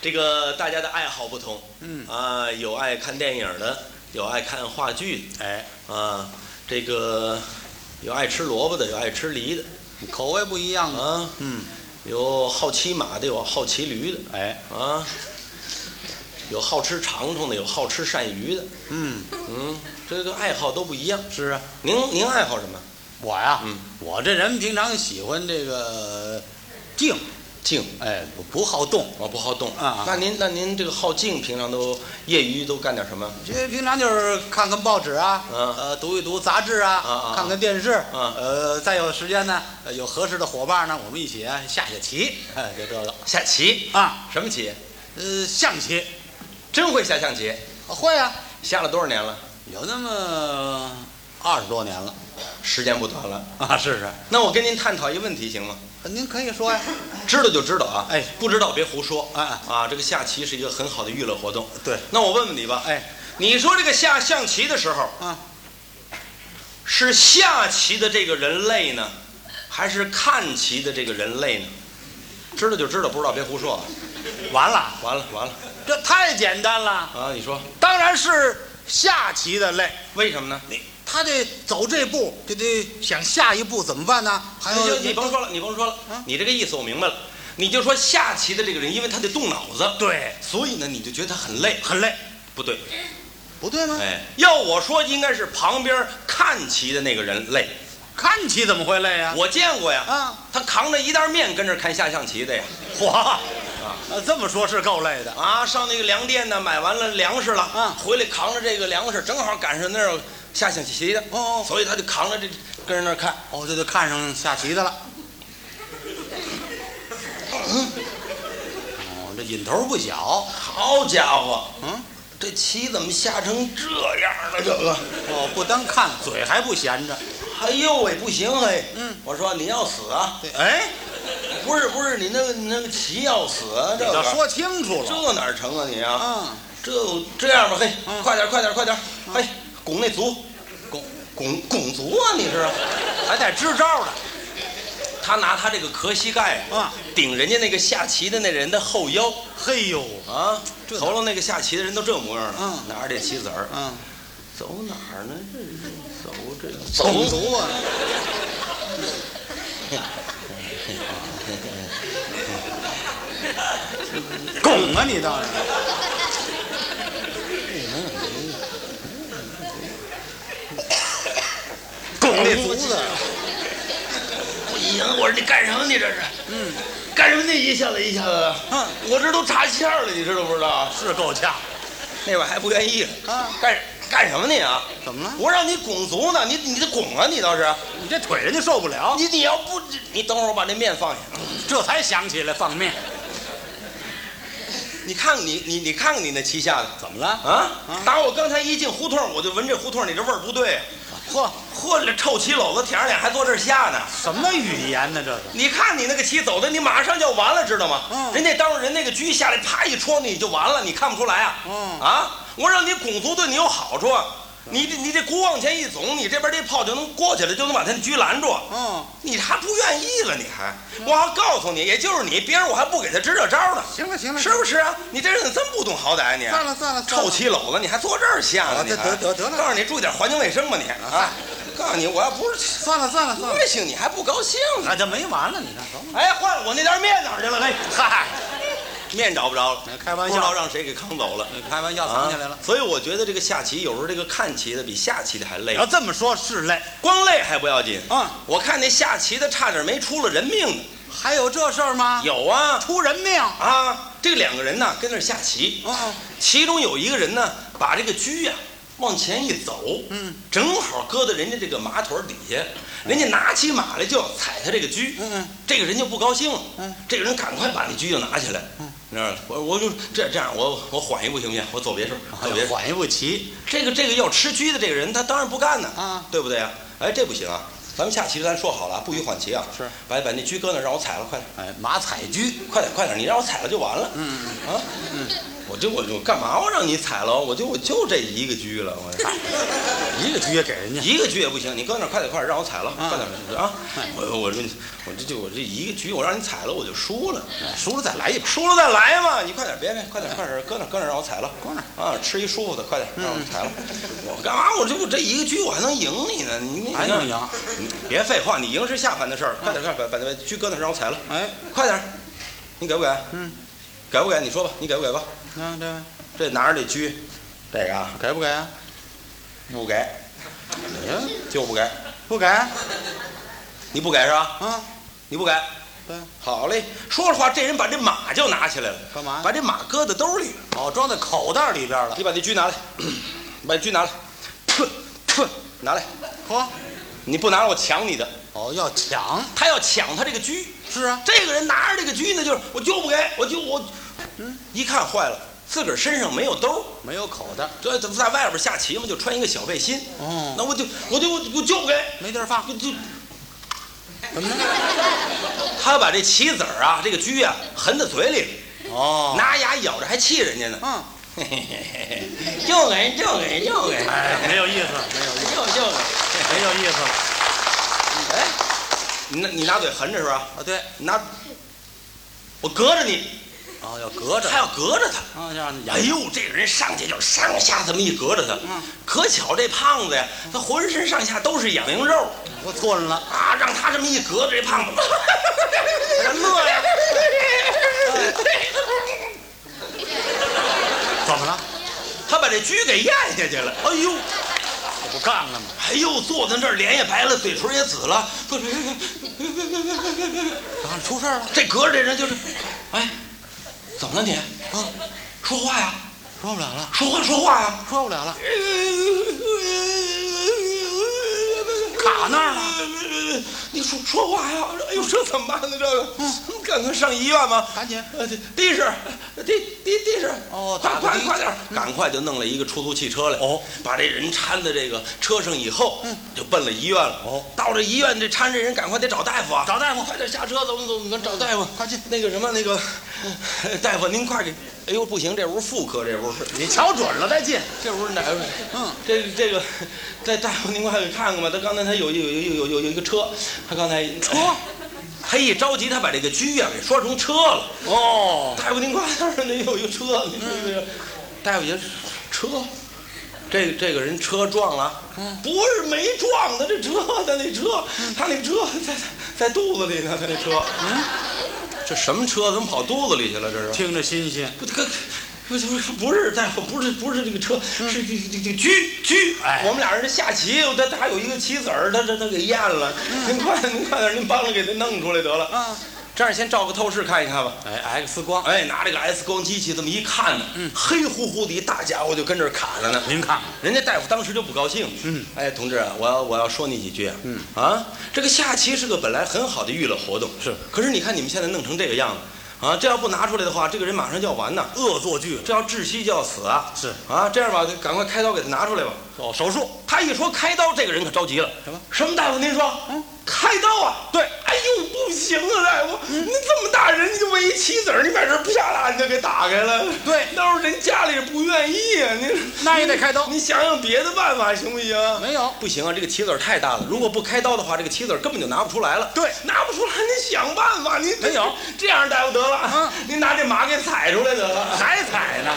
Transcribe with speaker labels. Speaker 1: 这个大家的爱好不同，
Speaker 2: 嗯
Speaker 1: 啊，有爱看电影的，有爱看话剧
Speaker 2: 哎，
Speaker 1: 的，啊，这个有爱吃萝卜的，有爱吃梨的，
Speaker 2: 口味不一样啊。
Speaker 1: 啊，
Speaker 2: 嗯，
Speaker 1: 有好骑马的，有好骑驴的，
Speaker 2: 哎，
Speaker 1: 啊，有好吃长虫的，有好吃鳝鱼的，
Speaker 2: 嗯，
Speaker 1: 嗯，这个爱好都不一样。
Speaker 2: 是啊，
Speaker 1: 您您爱好什么？
Speaker 2: 我呀，
Speaker 1: 嗯
Speaker 2: 我这人平常喜欢这个静，
Speaker 1: 静，
Speaker 2: 哎，不不好动。
Speaker 1: 我不好动
Speaker 2: 啊
Speaker 1: 那您那您这个好静，平常都业余都干点什么？
Speaker 2: 这平常就是看看报纸啊，
Speaker 1: 嗯
Speaker 2: 呃，读一读杂志啊，
Speaker 1: 啊啊
Speaker 2: 看看电视，
Speaker 1: 嗯
Speaker 2: 呃，再有时间呢，呃有合适的伙伴呢，我们一起啊下下棋，哎， 就这个
Speaker 1: 下棋
Speaker 2: 啊，
Speaker 1: 什么棋？
Speaker 2: 呃，象棋
Speaker 1: 真会下象棋，
Speaker 2: 会啊，
Speaker 1: 下了多少年了？
Speaker 2: 有那么二十多年了
Speaker 1: 时间不短了。
Speaker 2: 啊，是是，
Speaker 1: 那我跟您探讨一个问题行吗？
Speaker 2: 呃您可以说呀，
Speaker 1: 知道就知道啊，
Speaker 2: 哎
Speaker 1: 不知道别胡说
Speaker 2: 啊
Speaker 1: 啊！这个下棋是一个很好的娱乐活动。
Speaker 2: 对，
Speaker 1: 那我问问你吧，
Speaker 2: 哎，
Speaker 1: 你说这个下象棋的时候，
Speaker 2: 啊，
Speaker 1: 是下棋的这个人累呢，还是看棋的这个人累呢？知道就知道，不知道别胡说啊！
Speaker 2: 完了，
Speaker 1: 完了完了
Speaker 2: 这太简单了，
Speaker 1: 啊！你说
Speaker 2: 当然是下棋的累。
Speaker 1: 为什么呢？
Speaker 2: 你他得走这步，就得想下一步怎么办呢？还
Speaker 1: 你
Speaker 2: 有
Speaker 1: 就哎你甭说了，你甭说了，
Speaker 2: 哎啊
Speaker 1: 你这个意思我明白了。你就说下棋的这个人，因为他得动脑子，
Speaker 2: 对，
Speaker 1: 所以呢，你就觉得他很累。
Speaker 2: 很累，
Speaker 1: 不对，
Speaker 2: 不对吗？
Speaker 1: 哎，要我说，应该是旁边看棋的那个人累。
Speaker 2: 看棋怎么会累啊？
Speaker 1: 我见过呀，
Speaker 2: 啊，
Speaker 1: 他扛着一袋面跟这儿看下象棋的呀。
Speaker 2: 嚯， 呃这么说是够累的。
Speaker 1: 啊，上那个粮店呢，买完了粮食了，
Speaker 2: 啊
Speaker 1: 回来扛着这个粮食，正好赶上那儿有下象棋的，
Speaker 2: 哦
Speaker 1: 所以他就扛着这跟人那儿看。
Speaker 2: 哦，这就看上下棋的了。哦，这瘾头不小。
Speaker 1: 好家伙，
Speaker 2: 嗯，
Speaker 1: 这棋怎么下成这样了？这个，
Speaker 2: 哦，不单看，嘴还不闲着。
Speaker 1: 哎呦喂，不行嘿，
Speaker 2: 嗯，
Speaker 1: 我说你要死啊？
Speaker 2: 对哎，
Speaker 1: 不是不是，你那个你那个棋要死啊？
Speaker 2: 你
Speaker 1: 这
Speaker 2: 倒
Speaker 1: 个
Speaker 2: 说清楚了。
Speaker 1: 这哪儿成啊你啊？
Speaker 2: 啊，
Speaker 1: 这这样吧，嘿，
Speaker 2: 嗯
Speaker 1: 快点快点快点，嘿，拱那卒，
Speaker 2: 拱
Speaker 1: 拱拱卒啊！你是？
Speaker 2: 还带支招的。
Speaker 1: 他拿他这个壳膝盖啊，
Speaker 2: 啊
Speaker 1: 顶人家那个下棋的那人的后腰
Speaker 2: 嘿呦，
Speaker 1: 啊，
Speaker 2: 这
Speaker 1: 头了那个下棋的人都这模样了，
Speaker 2: 嗯
Speaker 1: 拿着这棋子儿
Speaker 2: 嗯，
Speaker 1: 走哪儿呢？这是走这个
Speaker 2: 拱足啊。拱啊，你倒是。拱那足子，
Speaker 1: 不行！我说你干什么？你这是？嗯，干什么？那一下子一下子的，
Speaker 2: 嗯
Speaker 1: 我这都插线了，你知道不知道？
Speaker 2: 是够呛。
Speaker 1: 那边还不愿意
Speaker 2: 啊
Speaker 1: 干干什么你啊？
Speaker 2: 怎么了？哦
Speaker 1: 我让你拱足呢，你你得拱啊！你倒是，
Speaker 2: 你这腿人家受不了，
Speaker 1: 你你要不，你等会儿我把那面放下。
Speaker 2: 这才想起来放面。
Speaker 1: 你看看你你你看看你那旗下的
Speaker 2: 怎么了？
Speaker 1: 啊
Speaker 2: 啊！
Speaker 1: 打我刚才一进胡同，我就闻这胡同里这味儿不对。
Speaker 2: 嚯，
Speaker 1: 嚯，这臭棋篓子舔着脸还坐这儿下呢！
Speaker 2: 什么语言呢？这是
Speaker 1: 你看你那个棋走的，你马上就要完了，知道吗？
Speaker 2: 嗯
Speaker 1: 人家当人那个车下来，啪一戳你就完了，你看不出来啊？
Speaker 2: 嗯
Speaker 1: 啊！我让你拱足对你有好处，啊！你这你这鼓往前一耸，你这边这炮就能过去了，就能把他的车拦住。
Speaker 2: 嗯，
Speaker 1: 你还不愿意了？你还？我还告诉你，也就是你，别人我还不给他支这招呢，
Speaker 2: 行了行了，
Speaker 1: 是不是啊？你这人怎么这么不懂好歹啊你？
Speaker 2: 嗯算了算了，
Speaker 1: 臭棋篓子，你还坐这儿下呢？
Speaker 2: 啊
Speaker 1: 你
Speaker 2: 得
Speaker 1: 还
Speaker 2: 得得得了哎
Speaker 1: 告诉你注意点环境卫生吧你啊！告诉你，我要不是
Speaker 2: 算了算了算了，
Speaker 1: 个性，你还不高兴呢？
Speaker 2: 那就没完了。你看，走吧
Speaker 1: 哎，换了我那袋面哪儿去了？嘿，嗨，面找不着了，
Speaker 2: 开
Speaker 1: 不
Speaker 2: 玩
Speaker 1: 知道
Speaker 2: 笑，嗯
Speaker 1: 让谁给扛走了。
Speaker 2: 开玩笑藏起来了
Speaker 1: 啊。所以我觉得这个下棋有时候这个看棋的比下棋的还累
Speaker 2: 要，这么说，是累。
Speaker 1: 光累还不要紧
Speaker 2: 啊嗯
Speaker 1: 我看那下棋的差点没出了人命呢。
Speaker 2: 还有这事儿吗？
Speaker 1: 有啊
Speaker 2: 出人命！
Speaker 1: 啊，这两个人呢跟那儿下棋，
Speaker 2: 嗯
Speaker 1: 其中有一个人呢把这个车呀、往前一走，
Speaker 2: 嗯，
Speaker 1: 正好搁到人家这个马腿儿底下，人家拿起马来就要踩他这个车，
Speaker 2: 嗯嗯，
Speaker 1: 这个人就不高兴了，
Speaker 2: 嗯，
Speaker 1: 这个人赶快把那车就拿起来，嗯，那我我就这这样，我我缓一步行不行？我走别处，走别处。
Speaker 2: 哎缓一步棋，
Speaker 1: 这个这个要吃车的这个人，他当然不干呢，
Speaker 2: 啊，
Speaker 1: 对不对啊？哎，这不行啊，咱们下棋咱说好了啊，不许缓棋啊，
Speaker 2: 是，
Speaker 1: 把把那车搁那儿让我踩了，快点，
Speaker 2: 哎，马采车，
Speaker 1: 快点，快点，你让我踩了就完了，
Speaker 2: 嗯，
Speaker 1: 啊，我我就我就干嘛我让你踩了？我就我就这一个狙了， 我
Speaker 2: 一个局也给人家，
Speaker 1: 一个狙也不行，你搁那儿快点快点让我踩了，
Speaker 2: 啊
Speaker 1: 快点啊！我我说你我这就我这一个狙我让你踩了我就输了，
Speaker 2: 输了再来一把。
Speaker 1: 输了再来嘛！你快点别别快点快点搁那儿搁那儿让我踩了，
Speaker 2: 哎搁那嗯
Speaker 1: 啊吃一舒服的快点让我踩了，我干嘛我这我这一个狙我还能赢你呢？你你
Speaker 2: 还能赢？
Speaker 1: 你别废话，你赢是下盘的事儿，快点快点把把那狙搁那儿让我踩了，
Speaker 2: 哎，
Speaker 1: 快点儿，你给不给？
Speaker 2: 嗯，
Speaker 1: 给不给？你说吧，你给不给吧？
Speaker 2: 那这位
Speaker 1: 这拿着这狙，这个啊
Speaker 2: 给不给啊？
Speaker 1: 不给
Speaker 2: 你
Speaker 1: 就不给，
Speaker 2: 不给啊？
Speaker 1: 你不给是吧？你不给，
Speaker 2: 对，
Speaker 1: 好嘞。说实话，这人把这马就拿起来了，
Speaker 2: 嗯干嘛呀？
Speaker 1: 把这马搁在兜里了。
Speaker 2: 哦，装在口袋里边了。
Speaker 1: 你把那狙拿来， 你把那狙拿来，噗噗，拿来。
Speaker 2: 嚯，
Speaker 1: 你不拿来，我抢你的。
Speaker 2: 哦，要抢
Speaker 1: 他要抢他这个狙，
Speaker 2: 是啊，
Speaker 1: 这个人拿着这个狙呢，就是我就不给，我就我，嗯，一看坏了，自个儿身上没有兜儿，
Speaker 2: 没有口袋。
Speaker 1: 这这在外边下棋嘛，就穿一个小背心。
Speaker 2: 哦，
Speaker 1: 那我就我就我我就不给，
Speaker 2: 没地儿放，嗯
Speaker 1: 我就
Speaker 2: 怎么着？
Speaker 1: 他把这棋子儿啊，这个狙啊，含在嘴里，
Speaker 2: 哦，
Speaker 1: 拿牙咬着还气人家呢。
Speaker 2: 嗯，
Speaker 1: 嘿嘿嘿嘿就给就给就给，
Speaker 2: 哎，没有意思，没有意思，
Speaker 1: 就就给。
Speaker 2: 没有意思了
Speaker 1: 哎，你拿你拿嘴横着是吧？
Speaker 2: 啊！对，
Speaker 1: 你拿，我隔着你，
Speaker 2: 哦，要隔着
Speaker 1: 他，要隔着他。
Speaker 2: 啊，要
Speaker 1: 哎呦，这个人上去就上下这么一隔着他，
Speaker 2: 嗯
Speaker 1: 可巧这胖子呀，他浑身上下都是痒痒肉
Speaker 2: 我错了，
Speaker 1: 啊，让他这么一隔着，这胖子他乐呀。哎
Speaker 2: 怎么了？
Speaker 1: 他把这狙给咽下去了。哎呦，
Speaker 2: 我不干了吗？
Speaker 1: 哎呦，坐在那儿脸也白了，嘴唇也紫了。不是，
Speaker 2: 啊，出事儿了，
Speaker 1: 这隔着这人就是，哎，怎么了你？
Speaker 2: 啊，
Speaker 1: 说话呀，
Speaker 2: 说不了了，
Speaker 1: 说话说话呀。
Speaker 2: 说不了了， 卡那儿
Speaker 1: 了，你说说话呀！哎呦，这怎么办呢？这个，赶快上医院吧！
Speaker 2: 嗯赶紧，
Speaker 1: 呃，的士，的的的士，
Speaker 2: 哦
Speaker 1: 快
Speaker 2: 打个
Speaker 1: 快
Speaker 2: 的
Speaker 1: 快点儿，赶快就弄了一个出租汽车来，
Speaker 2: 哦，
Speaker 1: 把这人搀在这个车上以后，嗯，就奔了医院了，
Speaker 2: 哦，
Speaker 1: 到这医院这搀这人赶快得找大夫啊，
Speaker 2: 找大夫，嗯
Speaker 1: 快点下车，走走，我们找大夫，
Speaker 2: 快进，
Speaker 1: 那个什么那个，呃大夫您快给，哎呦不行，这屋妇科这屋是，
Speaker 2: 你瞧准了再进，
Speaker 1: 这屋哪？
Speaker 2: 嗯，
Speaker 1: 这这个，这大夫您快给看看吧，他刚才他有有有有有有一个车，他刚才车。他一着急，他把这个车呀给拴成车了。
Speaker 2: 哦，
Speaker 1: 大夫您快点儿，那有一个车，您这个大夫爷车，这这个人车撞了，不是没撞的，这车他那车，他那车在在肚子里呢，他那车，这什么车怎么跑肚子里去了？这是
Speaker 2: 听着新鲜，
Speaker 1: 不可不是不是大夫，不是不是这个车，是这这这车车。
Speaker 2: 哎
Speaker 1: 嗯我们俩人下棋，他他还有一个棋子儿，他他他给咽了。您快您快点，您帮着给他弄出来得了。
Speaker 2: 啊，
Speaker 1: 这样先照个透视看一看吧。
Speaker 2: 哎，X 光，
Speaker 1: 哎，拿这个 X 光机器这么一看呢，黑乎乎的一大家伙就跟这儿砍了呢。
Speaker 2: 您看看，
Speaker 1: 人家大夫当时就不高兴，嗯，哎，同志啊，我要我要说你几句啊，嗯啊，这个下棋是个本来很好的娱乐活动，
Speaker 2: 是，
Speaker 1: 可是你看你们现在弄成这个样子，啊，这要不拿出来的话，这个人马上就要完呐，
Speaker 2: 恶作剧了，
Speaker 1: 这要窒息就要死啊，
Speaker 2: 是
Speaker 1: 啊，这样吧，赶快开刀给他拿出来吧。
Speaker 2: 哦，手术，
Speaker 1: 他一说开刀，这个人可着急了，
Speaker 2: 什么
Speaker 1: 什么大夫？您说，
Speaker 2: 嗯
Speaker 1: 开刀啊？
Speaker 2: 对，嗯
Speaker 1: 哎呦，不行啊，大夫，你这么大人，你就为一棋子儿，你把这啪啦你就给打开了。
Speaker 2: 对
Speaker 1: 到时候人家里人不愿意啊，你
Speaker 2: 那也得开刀
Speaker 1: 你想想别的办法行不行？
Speaker 2: 没有，
Speaker 1: 不行啊，这个棋子儿太大了，如果不开刀的话，这个棋子儿根本就拿不出来了。
Speaker 2: 对
Speaker 1: 拿不出来，你想办法。你
Speaker 2: 没有
Speaker 1: 这样，大夫得了，
Speaker 2: 嗯
Speaker 1: 您拿这马给踩出来得了。
Speaker 2: 还踩呢，